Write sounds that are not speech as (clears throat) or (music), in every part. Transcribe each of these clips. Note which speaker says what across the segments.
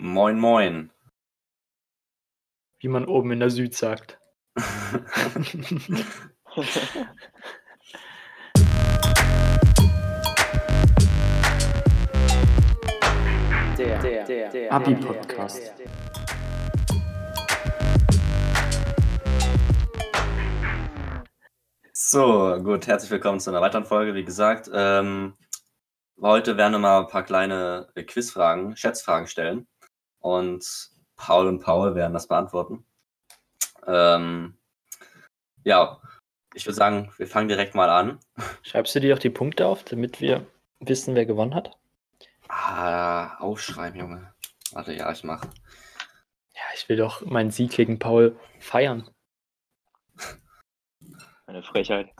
Speaker 1: Moin, moin.
Speaker 2: Wie man oben in der Süd
Speaker 3: (laughs)
Speaker 2: sagt.
Speaker 3: Der, der, der, der
Speaker 4: Abi-Podcast.
Speaker 1: So, gut, herzlich willkommen zu einer weiteren Folge. Wie gesagt, ähm, heute werden wir mal ein paar kleine äh, Quizfragen, Schätzfragen stellen. Und Paul und Paul werden das beantworten. Ähm, ja, ich würde sagen, wir fangen direkt mal an.
Speaker 2: Schreibst du dir doch die Punkte auf, damit wir wissen, wer gewonnen hat?
Speaker 1: Ah, aufschreiben, Junge. Warte, ja, ich mache.
Speaker 2: Ja, ich will doch meinen Sieg gegen Paul feiern.
Speaker 3: Eine Frechheit.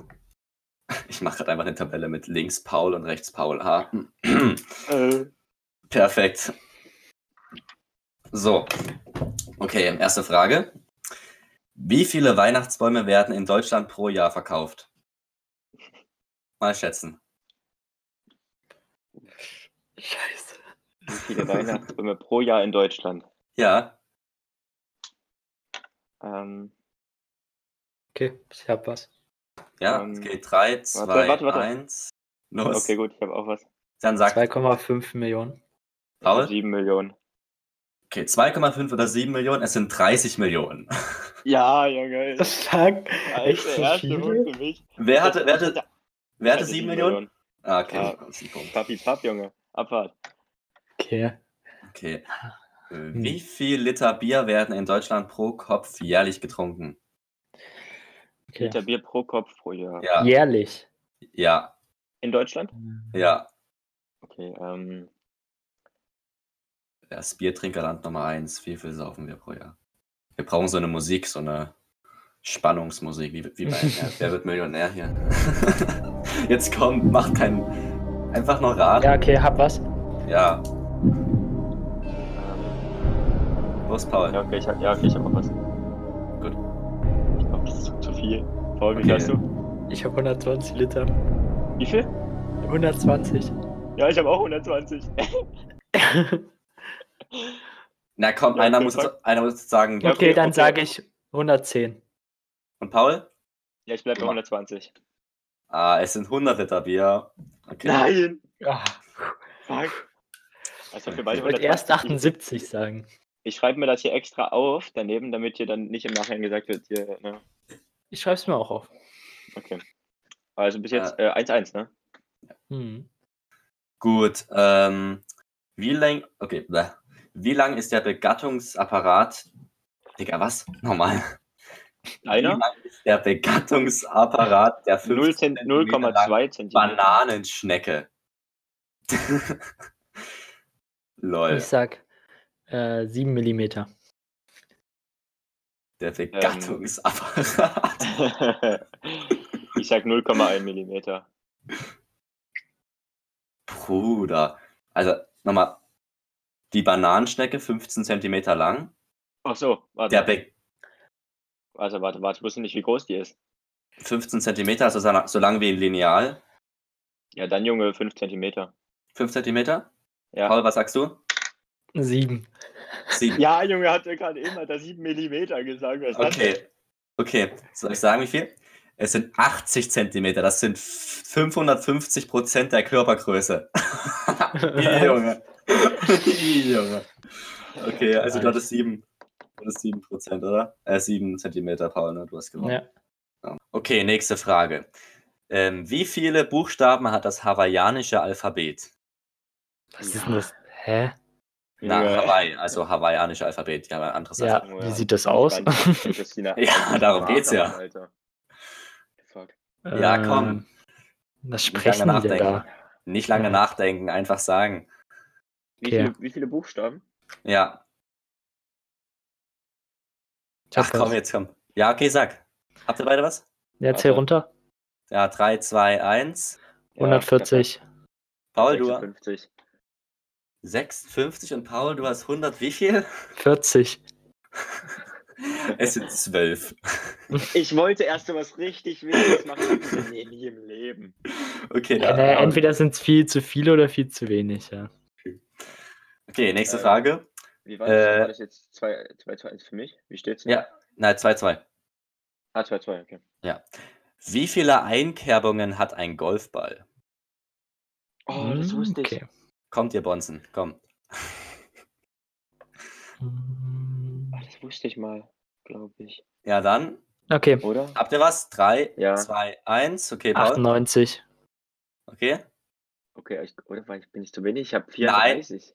Speaker 1: Ich mache gerade einfach eine Tabelle mit links Paul und rechts Paul H.
Speaker 3: (clears throat) Äh,
Speaker 1: Perfekt. So, okay, erste Frage. Wie viele Weihnachtsbäume werden in Deutschland pro Jahr verkauft? Mal schätzen.
Speaker 2: Scheiße.
Speaker 1: (laughs)
Speaker 3: wie viele Weihnachtsbäume pro Jahr in Deutschland?
Speaker 1: Ja,
Speaker 3: Ähm,
Speaker 2: Okay, ich hab was.
Speaker 1: ja,
Speaker 3: Ähm,
Speaker 1: es geht 3, 2,
Speaker 3: warte, warte.
Speaker 1: 1, los.
Speaker 3: okay, gut, ich habe auch was.
Speaker 1: Dann sagt
Speaker 2: 2,5 Millionen.
Speaker 1: Paul.
Speaker 3: 7 Millionen.
Speaker 1: Okay, 2,5 oder 7 Millionen, es sind 30 Millionen.
Speaker 3: Ja, Junge.
Speaker 2: Stark.
Speaker 3: Alter,
Speaker 2: Echt so
Speaker 3: erste
Speaker 2: viele?
Speaker 3: Punkt für mich.
Speaker 1: Wer hatte, (laughs) wer hatte,
Speaker 3: Hatte
Speaker 1: wer hatte 7
Speaker 3: sieben
Speaker 1: Millionen? Ah, okay.
Speaker 3: Ja.
Speaker 1: das ist ein Punkt.
Speaker 3: Papi, Papp, Junge. Abfahrt.
Speaker 2: Okay.
Speaker 1: Okay. Äh,
Speaker 3: Hm.
Speaker 1: Wie viel Liter Bier werden in Deutschland pro Kopf jährlich getrunken?
Speaker 2: okay.
Speaker 3: Liter Bier pro Kopf pro Jahr.
Speaker 1: Ja,
Speaker 2: Jährlich.
Speaker 1: ja,
Speaker 3: In Deutschland?
Speaker 1: ja.
Speaker 3: Okay, ähm,
Speaker 1: Das Biertrinkerland Nummer 1. Wie viel saufen wir pro Jahr? Wir brauchen so eine Musik, so eine Spannungsmusik, wie, wie
Speaker 3: (laughs)
Speaker 1: bei äh, Wer wird Millionär hier? (laughs) Jetzt komm, mach keinen. Einfach nur raten.
Speaker 2: Ja, okay, hab was.
Speaker 1: Ja,
Speaker 3: ähm,
Speaker 1: los, Paul.
Speaker 3: ja, okay, ich habe ja, okay, ich hab auch was.
Speaker 1: Gut.
Speaker 3: Ich glaube, das ist zu viel. Paul, wie
Speaker 1: Okay.
Speaker 3: viel hast du?
Speaker 2: Ich hab 120 Liter.
Speaker 3: Wie viel?
Speaker 2: (laughs) 120.
Speaker 3: Ja, ich habe auch 120.
Speaker 1: Na komm,
Speaker 3: Ja,
Speaker 1: einer,
Speaker 3: okay,
Speaker 1: muss
Speaker 3: sag-
Speaker 1: jetzt, einer muss jetzt sagen.
Speaker 3: Ja,
Speaker 2: Okay,
Speaker 3: okay,
Speaker 2: dann
Speaker 3: okay.
Speaker 2: sage ich 110.
Speaker 1: Und Paul?
Speaker 3: (laughs) Ja, ich bleibe bei
Speaker 1: Ja.
Speaker 3: 120.
Speaker 1: Ah, es sind 100 Liter Bier. Okay.
Speaker 3: Nein!
Speaker 2: Ah,
Speaker 3: Fuck. Also für
Speaker 2: ich
Speaker 3: beide
Speaker 2: wollte erst
Speaker 3: 120.
Speaker 2: 78 sagen.
Speaker 3: Ich schreibe mir das hier extra auf, daneben, damit hier dann nicht im Nachhinein gesagt wird, hier, ne?
Speaker 2: Ich schreib's mir auch auf.
Speaker 3: Okay. Also bis jetzt äh, 1-1, ne?
Speaker 2: Hm.
Speaker 1: Gut. Ähm, wie lang. Okay, bleh. Wie lang ist der Begattungsapparat. Digga, was? Nochmal.
Speaker 3: Einer?
Speaker 1: Der Begattungsapparat der
Speaker 3: 0
Speaker 1: 5
Speaker 3: Zent-
Speaker 1: Zentimeter langen
Speaker 3: 0,2 Zentimeter. (laughs)
Speaker 1: Bananenschnecke. Lol.
Speaker 2: Ich sag äh, 7 Millimeter.
Speaker 1: Der
Speaker 3: Ähm.
Speaker 1: Begattungsapparat. (laughs)
Speaker 3: (laughs) ich sag 0,1 Millimeter.
Speaker 1: Bruder. Also nochmal. Die Bananenschnecke 15 cm lang.
Speaker 3: Ach so, warte.
Speaker 1: Der Be
Speaker 3: also, warte, warte, ich wusste nicht, wie groß die ist.
Speaker 1: 15 cm, also so lang- so lang wie ein Lineal.
Speaker 3: Ja, dann Junge, 5 Zentimeter.
Speaker 1: 5 cm.
Speaker 3: Ja.
Speaker 1: Paul, was sagst du?
Speaker 2: 7.
Speaker 1: 7.
Speaker 3: Ja, Junge, hat mir gerade eben da 7 Millimeter gesagt. Was ist das
Speaker 1: (laughs)
Speaker 3: denn?
Speaker 1: Okay. Okay. Soll ich sagen, wie viel? Es sind 80 cm. Das sind 550 Prozent der Körpergröße. (laughs) Junge. Junge. Okay, also du hattest sieben. Du hattest sieben Prozent, oder? Äh, sieben Zentimeter, Paul, ne? Du hast gewonnen.
Speaker 2: ja.
Speaker 1: Ja. Okay, nächste Frage. Ähm, wie viele Buchstaben hat das hawaiianische Alphabet?
Speaker 2: Was ist denn das? Hä?
Speaker 1: Na,
Speaker 3: Junge.
Speaker 1: Hawaii, also hawaiianische Alphabet, ja, aber ein anderes
Speaker 2: Ja,
Speaker 1: Alphabet.
Speaker 3: Junge,
Speaker 2: wie sieht das aus?
Speaker 1: (laughs)
Speaker 3: Christina,
Speaker 1: Ja,
Speaker 3: Alter,
Speaker 1: darum geht's ja.
Speaker 3: Alter. Fuck.
Speaker 1: Ja, komm.
Speaker 2: Ähm, Was
Speaker 1: Nicht
Speaker 2: sprechen
Speaker 1: lange
Speaker 2: die denn da?
Speaker 1: Nicht lange
Speaker 2: Ja.
Speaker 1: nachdenken, einfach sagen.
Speaker 3: Wie,
Speaker 2: Okay.
Speaker 3: viele, wie viele Buchstaben?
Speaker 1: Ja.
Speaker 2: Ich hab
Speaker 1: Ach komm,
Speaker 2: was.
Speaker 1: jetzt komm. Ja, okay, sag. Habt ihr beide was?
Speaker 2: Ja, zähl
Speaker 3: Warte.
Speaker 2: runter.
Speaker 1: Ja, 3, 2, 1.
Speaker 3: Ja,
Speaker 2: 140.
Speaker 1: Paul, du
Speaker 3: 56.
Speaker 1: 56 und Paul, du hast 100 wie
Speaker 3: (laughs)
Speaker 1: viel?
Speaker 2: 40.
Speaker 1: Es sind 12.
Speaker 3: Ich wollte erst so was richtig Wildes machen. Das hab ich nie im Leben.
Speaker 1: Okay,
Speaker 2: Ja,
Speaker 1: ja, genau.
Speaker 2: naja,
Speaker 1: Paul.
Speaker 2: entweder sind es viel zu viele oder viel zu wenig, ja.
Speaker 1: Okay, nächste
Speaker 3: Äh,
Speaker 1: Frage.
Speaker 3: Wie war das?
Speaker 1: Äh,
Speaker 3: war das jetzt 2-2-1 für mich? Wie steht's?
Speaker 1: Ja. Nein, 2-2.
Speaker 3: Ah, 2-2, okay.
Speaker 1: Wie viele Einkerbungen hat ein Golfball?
Speaker 3: Oh, das
Speaker 1: Mm,
Speaker 2: Hm,
Speaker 3: wusste ich.
Speaker 2: okay.
Speaker 1: Kommt, ihr Bonzen, komm.
Speaker 2: Hm,
Speaker 3: Ah, das wusste ich mal, glaube ich.
Speaker 1: Ja, dann.
Speaker 2: Okay,
Speaker 3: Oder?
Speaker 1: Habt ihr was? 3,
Speaker 3: Ja.
Speaker 1: 2, 1. Okay, Paul.
Speaker 2: 98.
Speaker 1: Okay.
Speaker 3: Okay, ich, oder war ich, bin ich zu wenig? Ich habe 34.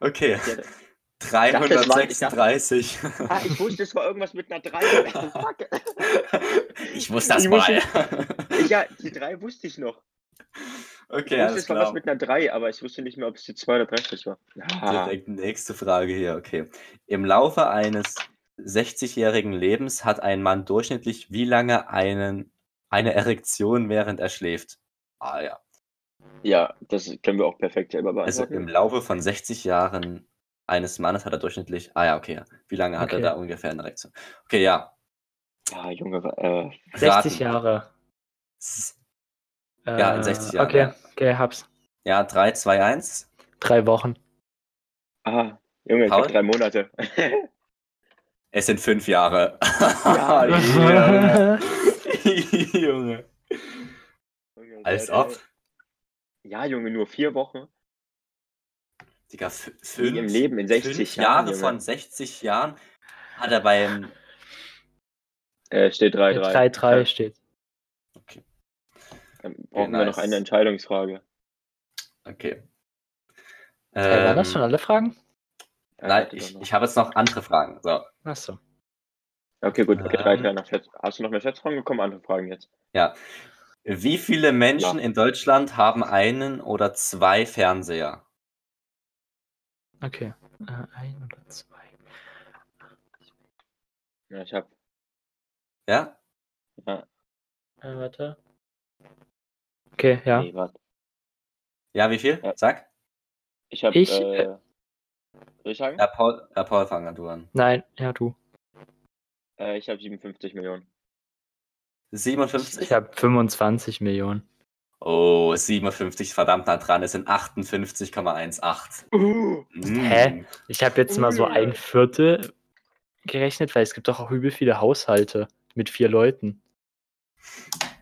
Speaker 1: Okay. (laughs)
Speaker 3: Ja, da-
Speaker 1: 336.
Speaker 3: Ah, ich wusste, es war irgendwas mit einer 3. Fuck.
Speaker 1: (laughs) Ich wusste das
Speaker 3: Ich muss
Speaker 1: (laughs) mal.
Speaker 3: Ja, die 3 wusste ich noch. Ich
Speaker 1: Okay,
Speaker 3: wusste,
Speaker 1: alles
Speaker 3: es war was
Speaker 1: klar.
Speaker 3: mit einer 3, aber ich wusste nicht mehr, ob es die 2 oder 30 war. Ah,
Speaker 1: Direkt nächste Frage hier, okay. Im Laufe eines 60-jährigen Lebens hat ein Mann durchschnittlich wie lange einen, eine Erektion, während er schläft? Ah ja.
Speaker 3: ja, das können wir auch perfekt selber
Speaker 1: Also
Speaker 3: beantworten.
Speaker 1: im Laufe von 60 Jahren eines Mannes hat er durchschnittlich. Ah ja, okay. Wie lange hat er
Speaker 2: Okay.
Speaker 1: da ungefähr eine Erektion? Okay, ja. Also
Speaker 3: Ah, Junge, äh,
Speaker 2: 60
Speaker 1: raten.
Speaker 2: Jahre.
Speaker 1: S- Ja, in
Speaker 2: Äh,
Speaker 1: 60 Jahren,
Speaker 2: Okay,
Speaker 1: ja.
Speaker 2: okay, hab's.
Speaker 1: Ja, 3, 2, 1.
Speaker 2: Drei
Speaker 1: (laughs)
Speaker 2: Wochen.
Speaker 3: ah, Junge, ich
Speaker 1: Paul?
Speaker 3: habe drei Monate.
Speaker 1: Es sind fünf Jahre.
Speaker 2: (laughs)
Speaker 3: Ja.
Speaker 1: Junge. (laughs) Junge.
Speaker 3: Junge,
Speaker 1: Als
Speaker 3: Leute,
Speaker 1: ob.
Speaker 3: ey. Ja, Junge, nur vier Wochen.
Speaker 1: Digga, f-
Speaker 3: Nie
Speaker 1: fünf,
Speaker 3: im Leben, in 60
Speaker 1: fünf Jahre
Speaker 3: Jahren, Junge.
Speaker 1: von 60 Jahren hat er beim.
Speaker 3: Äh, steht 3-3.
Speaker 2: 3-3 steht.
Speaker 3: Dann brauchen wir
Speaker 1: nice.
Speaker 3: noch eine Entscheidungsfrage.
Speaker 1: Okay.
Speaker 2: Hey, waren das
Speaker 1: Ähm,
Speaker 2: schon alle Fragen?
Speaker 3: Ja,
Speaker 1: Nein,
Speaker 3: warte
Speaker 1: ich,
Speaker 3: doch noch.
Speaker 1: ich habe jetzt noch andere Fragen. So.
Speaker 2: Achso.
Speaker 3: okay, gut, okay,
Speaker 1: Ähm.
Speaker 3: 3-3 nach Schätz. Hast du noch mehr Schätzfragen bekommen? Andere Fragen jetzt.
Speaker 1: Wie viele Menschen
Speaker 3: Ja.
Speaker 1: in Deutschland haben einen oder zwei Fernseher?
Speaker 2: Okay. Äh, ein oder zwei.
Speaker 3: Ja, ich habe
Speaker 1: Ja?
Speaker 2: Äh, warte. Okay, ja.
Speaker 3: nee, warte.
Speaker 1: Ja, wie viel?
Speaker 3: Ja.
Speaker 1: Sag.
Speaker 3: Ich habe.
Speaker 2: Ich,
Speaker 3: äh, soll ich sagen?
Speaker 1: Ja, Paul, ja, Paul fang an, du an.
Speaker 2: Nein, ja, du.
Speaker 3: Äh, ich habe 57 Millionen.
Speaker 1: 57?
Speaker 2: Ich habe 25 Millionen.
Speaker 1: Oh, 57, verdammt nah dran. Es sind 58,18.
Speaker 3: Uh,
Speaker 1: Mm.
Speaker 2: Hä? Ich habe jetzt mal so
Speaker 3: Junge.
Speaker 2: ein Viertel gerechnet, weil es gibt doch auch übel viele Haushalte mit vier Leuten.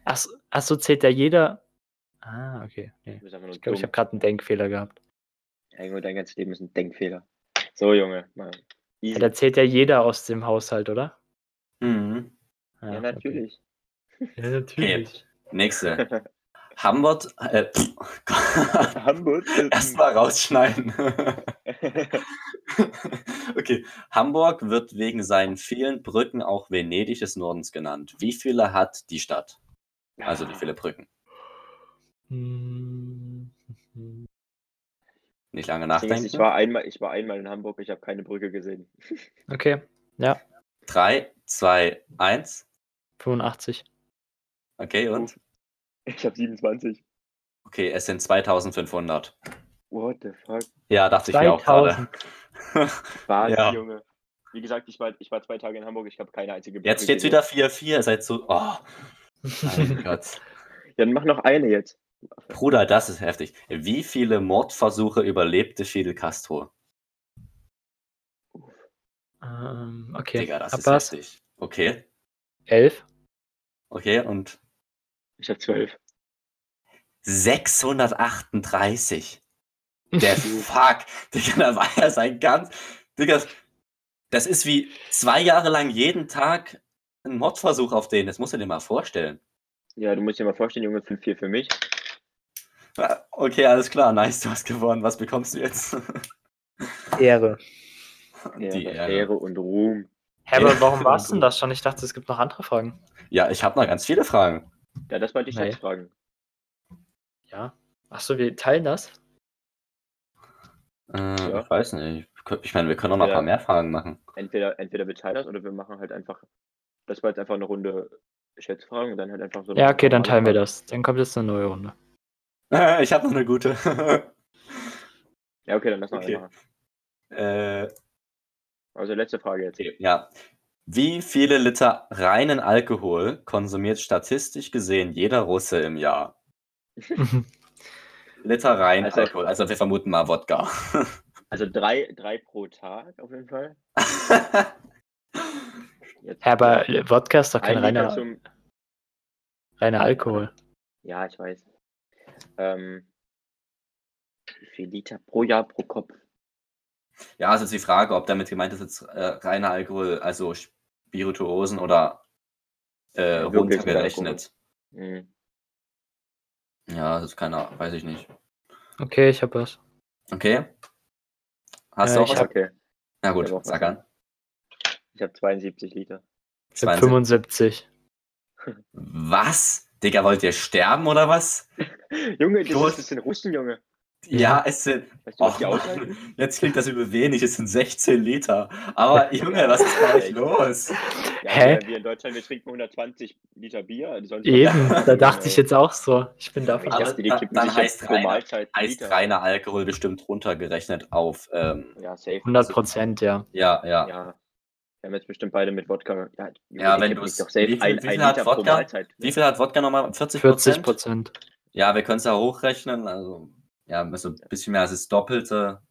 Speaker 2: Achso, achso zählt da jeder. Ah, okay. Nee.
Speaker 3: du bist einfach nur
Speaker 2: Ich glaube, ich
Speaker 3: dumm.
Speaker 2: habe gerade einen Denkfehler gehabt.
Speaker 3: Ja, Junge, dein ganzes Leben ist ein Denkfehler. So, Junge, mal.
Speaker 2: Ja,
Speaker 3: Easy.
Speaker 2: da zählt ja jeder aus dem Haushalt, oder? Ah,
Speaker 1: Mhm.
Speaker 3: Ja,
Speaker 2: okay.
Speaker 3: natürlich.
Speaker 2: Ja, natürlich.
Speaker 1: Nächste.
Speaker 3: (laughs)
Speaker 1: Hamburg. Äh, pff, (laughs) Gott.
Speaker 3: Hamburg. ist- (laughs)
Speaker 1: Erstmal rausschneiden. (laughs) okay. Hamburg wird wegen seinen vielen Brücken auch Venedig des Nordens genannt. Wie viele hat die Stadt? Also wie viele Brücken?
Speaker 2: Hm,
Speaker 1: Nicht lange
Speaker 3: Das Ding ist, Ich
Speaker 1: nachdenken. ne?
Speaker 3: war, einmal, ich war einmal in Hamburg, ich habe keine Brücke gesehen. (laughs)
Speaker 2: Okay,
Speaker 1: 3, 2, 1.
Speaker 2: 85.
Speaker 1: Okay, und?
Speaker 3: Ich habe 27.
Speaker 1: Okay, es sind 2500.
Speaker 3: What the fuck?
Speaker 1: Ja, dachte ich mir auch gerade.
Speaker 3: Wahnsinn,
Speaker 1: Ja.
Speaker 3: Junge. Wie gesagt, ich war, ich war zwei Tage in Hamburg, ich habe keine einzige Brücke
Speaker 1: Jetzt steht's
Speaker 3: gesehen.
Speaker 1: wieder 4-4. Seid so. Oh, mein Gott.
Speaker 3: Ja, dann mach noch eine jetzt.
Speaker 1: Bruder, das ist heftig. Wie viele Mordversuche überlebte Fidel Castro?
Speaker 2: ähm, okay,
Speaker 1: Digga, das
Speaker 2: hab
Speaker 1: ist
Speaker 2: was.
Speaker 1: heftig. Okay,
Speaker 2: 11.
Speaker 1: okay, und
Speaker 3: Ich habe 12.
Speaker 1: 638. (laughs) Der Fuck. Digga, da war ja sein ganz. Digga, das ist wie zwei Jahre lang jeden Tag ein Mordversuch auf den. Das musst du dir mal vorstellen.
Speaker 3: Ja, du musst dir mal vorstellen, Junge, 5-4 für mich.
Speaker 1: Ah, Okay, alles klar. Nice, du hast gewonnen. Was bekommst du jetzt? (laughs)
Speaker 2: Ehre.
Speaker 1: Die
Speaker 3: Ehre,
Speaker 1: Ehre.
Speaker 3: Ehre und Ruhm.
Speaker 2: Hä, aber
Speaker 1: Ehre
Speaker 2: warum war es
Speaker 1: und
Speaker 2: denn das schon? Ich dachte, es gibt noch andere Fragen.
Speaker 1: Ja, ich habe noch ganz viele Fragen.
Speaker 3: Ja, das wollte ich
Speaker 2: Nee.
Speaker 3: jetzt fragen.
Speaker 2: Ja. Achso, wir teilen das?
Speaker 1: Äh,
Speaker 3: Ja.
Speaker 1: Ich weiß nicht. Ich meine, wir können auch noch ein
Speaker 3: Ja.
Speaker 1: paar mehr Fragen machen.
Speaker 3: Entweder, entweder wir teilen das oder wir machen halt einfach. Das war jetzt einfach eine Runde Schätzfragen und dann halt einfach so.
Speaker 2: Ja, okay, dann teilen wir das. Dann kommt jetzt eine neue (laughs) Runde.
Speaker 1: (laughs) Ich habe noch eine (laughs) gute.
Speaker 3: Ja, okay, dann lass mal
Speaker 1: Okay.
Speaker 3: machen.
Speaker 1: äh,
Speaker 3: Also letzte Frage jetzt.
Speaker 1: okay, ja. Wie viele Liter reinen Alkohol konsumiert statistisch gesehen jeder Russe im Jahr? Liter reinen Also,
Speaker 3: Also-
Speaker 1: Alkohol. Also wir vermuten mal Wodka. (laughs)
Speaker 3: Also drei, drei pro Tag auf jeden Fall. Jetzt,
Speaker 2: Ja, aber Wodka ist doch kein
Speaker 3: ein Liter
Speaker 2: reiner,
Speaker 3: zum,
Speaker 2: reiner Alkohol.
Speaker 3: Ja, ich weiß. Ähm, wie viel Liter pro Jahr pro Kopf?
Speaker 1: ja, ist jetzt die Frage, ob damit gemeint ist jetzt äh, reiner Alkohol, also Spirituosen oder äh,
Speaker 3: Ja, wirklich nur
Speaker 1: runtergerechnet.
Speaker 3: Hm.
Speaker 1: Ja, das ist keiner, weiß ich nicht.
Speaker 2: Okay, ich hab was.
Speaker 1: Okay. Hast
Speaker 2: Äh,
Speaker 1: du auch
Speaker 2: ich
Speaker 1: was?
Speaker 2: hab-
Speaker 3: Okay,
Speaker 1: Na
Speaker 3: ich hab auch
Speaker 1: gut,
Speaker 3: was.
Speaker 1: sag an.
Speaker 3: ich habe 72 Liter.
Speaker 2: Ich hab
Speaker 1: 72.
Speaker 2: 75.
Speaker 1: Was? Digga, wollt ihr sterben oder was?
Speaker 3: Junge, das,
Speaker 1: Los.
Speaker 3: ist, das sind Russen, Junge.
Speaker 1: Ja,
Speaker 2: Ja.
Speaker 1: es sind.
Speaker 3: Weißt du, was
Speaker 1: Och,
Speaker 3: die aushalten?
Speaker 1: Oh, Mann, jetzt klingt das über wenig, es sind 16 Liter.
Speaker 2: (laughs)
Speaker 1: Aber Junge, was ist bei euch los?
Speaker 3: Ja,
Speaker 2: Hä?
Speaker 3: Hä? Wir in Deutschland, wir trinken 120 Liter Bier. also die sollen sich
Speaker 2: Eben,
Speaker 3: mal-
Speaker 2: da dachte ich jetzt auch so. Ich bin
Speaker 3: Ich
Speaker 2: davon.
Speaker 1: Aber-
Speaker 3: dachte, Also, die
Speaker 1: dann-
Speaker 3: kippen
Speaker 1: dann
Speaker 3: sich jetzt
Speaker 1: heißt
Speaker 3: pro
Speaker 1: reiner-
Speaker 3: Mahlzeit einen
Speaker 1: Heißt
Speaker 3: Liter.
Speaker 1: reiner Alkohol bestimmt runtergerechnet auf. Ähm,
Speaker 3: Ja, safe.
Speaker 2: 100 Prozent, ja.
Speaker 1: ja, ja.
Speaker 3: Ja. Wir haben jetzt bestimmt beide mit Wodka. Ja, Junge,
Speaker 1: Ja,
Speaker 3: die
Speaker 1: wenn
Speaker 3: kippen
Speaker 1: du's-
Speaker 3: sich doch safe
Speaker 1: wie viel-
Speaker 3: ein,
Speaker 1: wie
Speaker 3: ein
Speaker 1: viel hat
Speaker 3: Liter pro
Speaker 1: Wodka?
Speaker 3: Mahlzeit.
Speaker 1: Wie viel hat Wodka nochmal? 40
Speaker 2: 40 Prozent.
Speaker 1: Ja, wir können es ja hochrechnen. Also, ja, so ein bisschen mehr als das Doppelte.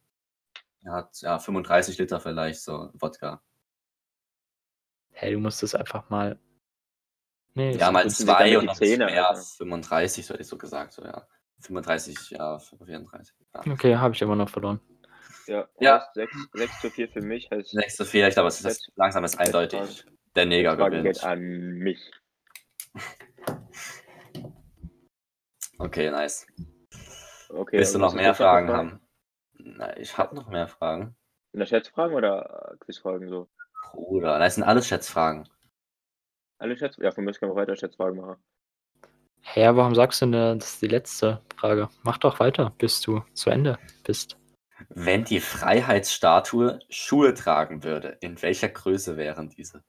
Speaker 1: Er hat ja 35 Liter vielleicht, so Wodka.
Speaker 2: Hey, du musst das einfach mal. Nee,
Speaker 1: Ja,
Speaker 2: ist
Speaker 1: mal
Speaker 2: gut.
Speaker 3: sind damit
Speaker 1: halt zwei
Speaker 3: die
Speaker 1: und dann ist
Speaker 3: Zähne,
Speaker 1: mehr
Speaker 3: Alter.
Speaker 1: 35, so hätte ich so gesagt. So, ja. 35, ja, 34. Ja.
Speaker 2: Okay, habe ich immer noch verloren.
Speaker 3: Ja,
Speaker 1: Ja.
Speaker 3: 6, zu 4 für mich heißt
Speaker 1: Nächste vielleicht, aber es ist das,
Speaker 3: Jetzt-
Speaker 1: langsam ist eindeutig. Der Neger
Speaker 3: Frage
Speaker 1: gewinnt.
Speaker 3: geht an mich.
Speaker 1: Okay, nice.
Speaker 3: Okay,
Speaker 1: Willst du
Speaker 3: was
Speaker 1: noch
Speaker 3: ist
Speaker 1: mehr
Speaker 3: das für
Speaker 1: Fragen
Speaker 3: Frage?
Speaker 1: haben? Na, ich habe noch mehr Fragen.
Speaker 3: In der Schätzfragen oder äh, Quizfragen so?
Speaker 1: Bruder, das sind alles Schätzfragen.
Speaker 3: Alle Schätzfragen? Ja, von mir aus können wir weiter Schätzfragen machen.
Speaker 2: Hä, ja, warum sagst du denn, das ist die letzte Frage? Mach doch weiter, bis du zu Ende bist.
Speaker 1: Wenn die Freiheitsstatue Schuhe tragen würde, in welcher Größe wären diese?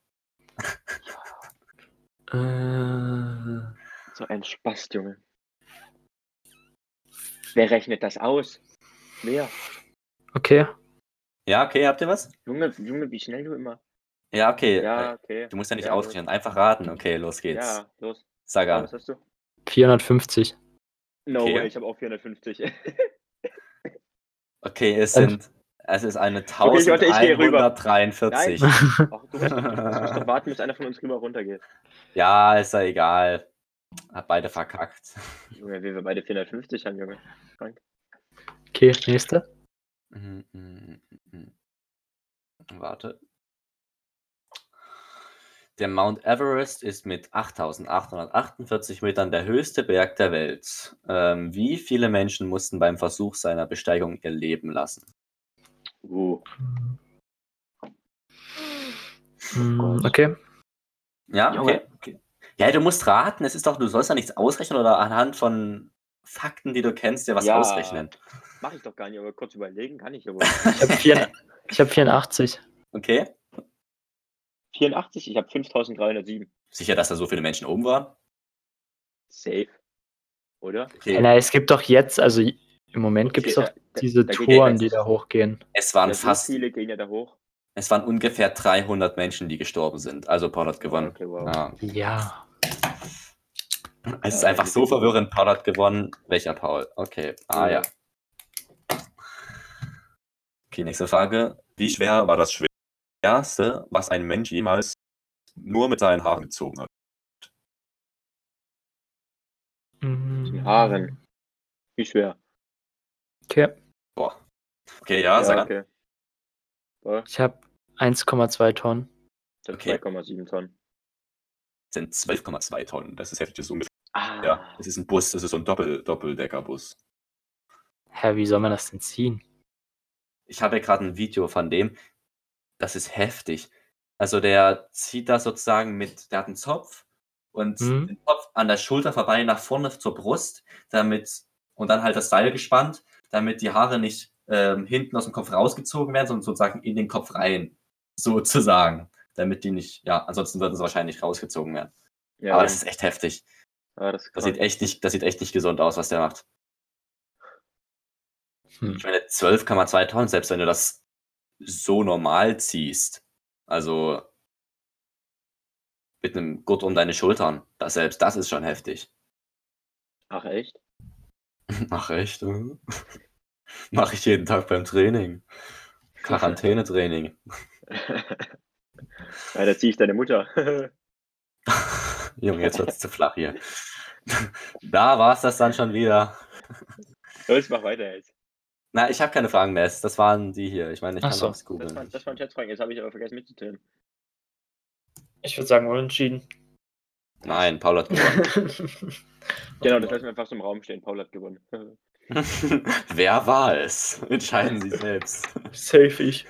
Speaker 2: Äh,
Speaker 3: So ein Spaß, Junge. Wer rechnet das aus? Wer?
Speaker 2: okay.
Speaker 1: Ja, okay, habt ihr was?
Speaker 3: Junge, Junge, wie schnell du immer.
Speaker 1: Ja, okay.
Speaker 3: Ja,
Speaker 1: äh,
Speaker 3: okay.
Speaker 1: Du musst ja nicht
Speaker 3: ja,
Speaker 1: ausrechnen, einfach raten. Okay, los geht's.
Speaker 3: Ja, los.
Speaker 1: Sag an.
Speaker 3: Was hast du?
Speaker 2: 450.
Speaker 3: No
Speaker 1: Okay.
Speaker 3: way, ich habe auch 450.
Speaker 1: (laughs)
Speaker 3: okay,
Speaker 1: Okay, es
Speaker 2: Ähm.
Speaker 1: sind. Es ist eine
Speaker 3: Okay, ich warte, ich gehe rüber.
Speaker 1: 1143.
Speaker 3: (laughs) Ach, du musst, du musst doch warten, bis einer von uns rüber runtergeht.
Speaker 1: Ja, ist ja egal. Hab beide verkackt.
Speaker 3: Junge, wie wir beide 450 haben, Junge.
Speaker 2: (laughs) Okay, nächste.
Speaker 1: Mhm, mhm, mhm. Warte. Der Mount Everest ist mit 8848 Metern der höchste Berg der Welt. Ähm, wie viele Menschen mussten beim Versuch seiner Besteigung ihr Leben lassen?
Speaker 3: Uh.
Speaker 2: Hm,
Speaker 3: Gott.
Speaker 2: okay.
Speaker 1: Ja,
Speaker 3: Junge.
Speaker 1: okay. okay. Ja, du musst raten. Es ist doch, du sollst ja nichts ausrechnen oder anhand von Fakten, die du kennst, dir was
Speaker 3: Ja.
Speaker 1: ausrechnen.
Speaker 3: Mach ich doch gar nicht, aber kurz überlegen kann ich ja wohl. (laughs)
Speaker 2: Ich habe vier, ich hab 84.
Speaker 1: Okay.
Speaker 3: 84, ich habe 5307.
Speaker 1: Sicher, dass da so viele Menschen oben waren?
Speaker 3: Safe. Oder?
Speaker 1: Okay.
Speaker 2: Na, es gibt doch jetzt, also im Moment gibt es
Speaker 3: Okay,
Speaker 2: doch
Speaker 3: da-
Speaker 2: diese
Speaker 3: da geht ja
Speaker 2: Touren,
Speaker 3: jetzt-
Speaker 2: die da hochgehen.
Speaker 1: Es waren
Speaker 3: Ja, so
Speaker 1: fast,
Speaker 3: viele gehen ja da hoch.
Speaker 1: es waren ungefähr 300 Menschen, die gestorben sind. Also Paul hat gewonnen.
Speaker 3: Okay, wow.
Speaker 1: Ja.
Speaker 2: Ja.
Speaker 1: Es ist
Speaker 3: Ja,
Speaker 1: einfach
Speaker 3: das
Speaker 1: so
Speaker 3: ist-
Speaker 1: verwirrend. Paul hat gewonnen. Welcher Paul? Okay. Ah ja. Okay, nächste Frage. Wie schwer war das schwerste, was ein Mensch jemals nur mit seinen Haaren gezogen hat?
Speaker 2: Mhm.
Speaker 3: Haaren. Wie schwer.
Speaker 2: Okay.
Speaker 1: Boah. Okay, ja, sag an.
Speaker 3: okay. Boah,
Speaker 2: Ich habe 1,2 Tonnen.
Speaker 3: das
Speaker 1: Okay.
Speaker 3: okay. 2,7 Tonnen.
Speaker 1: sind 12,2 Tonnen. Das ist heftig. Das ist ungefähr.
Speaker 3: Ah,
Speaker 1: Ja, das ist ein Bus. Das ist so ein Doppel Doppeldeckerbus.
Speaker 2: Hä, wie soll man das denn ziehen?
Speaker 1: Ich habe ja gerade ein Video von dem. Das ist heftig. Also der zieht das sozusagen mit, der hat einen Zopf und
Speaker 2: Mhm.
Speaker 1: den Zopf an der Schulter vorbei nach vorne zur Brust, damit und dann halt das Seil gespannt, damit die Haare nicht ähm, hinten aus dem Kopf rausgezogen werden, sondern sozusagen in den Kopf rein, sozusagen, damit die nicht, ja, ansonsten würden sie wahrscheinlich rausgezogen werden.
Speaker 3: ja,
Speaker 1: Aber
Speaker 3: ja,
Speaker 1: das ist echt heftig.
Speaker 3: das ist
Speaker 1: Das
Speaker 3: krass.
Speaker 1: sieht echt nicht, das sieht echt nicht gesund aus, was der macht.
Speaker 2: Hm.
Speaker 1: Ich meine, 12,2 Tonnen, selbst wenn du das so normal ziehst, also mit einem Gurt um deine Schultern, das selbst das ist (laughs) schon heftig.
Speaker 3: Ach, echt?
Speaker 1: (laughs) Ach echt? äh? Mache ich jeden Tag beim Training. Quarantänetraining. (laughs)
Speaker 3: Ja, da ziehe ich deine Mutter. (laughs)
Speaker 1: Junge, jetzt wird's zu flach hier. (laughs) da war's das dann schon wieder.
Speaker 3: Los, mach weiter jetzt.
Speaker 1: Na, ich habe keine Fragen mehr. Es- Das waren die hier. Ich meine, ich
Speaker 2: Ach
Speaker 1: kann
Speaker 2: so.
Speaker 1: sonst
Speaker 3: Das waren,
Speaker 1: googeln.
Speaker 3: das waren Schätzfragen, jetzt habe ich aber vergessen mitzuteilen.
Speaker 2: Ich würde sagen,
Speaker 3: (laughs)
Speaker 2: unentschieden.
Speaker 1: Nein, Paul hat gewonnen.
Speaker 3: Genau, das lassen wir einfach so im Raum stehen. Paul hat gewonnen.
Speaker 1: Wer war es? Entscheiden Sie selbst.
Speaker 2: Safe ich.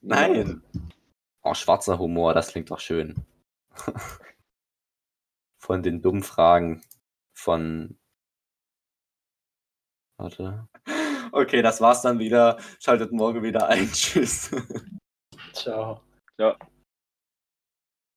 Speaker 1: Nein. Oh, schwarzer Humor, das klingt doch schön. (laughs) Von den dummen Fragen von. Warte. Okay, das war's dann wieder. Schaltet morgen wieder ein. Tschüss.
Speaker 2: Ciao.
Speaker 3: Ja,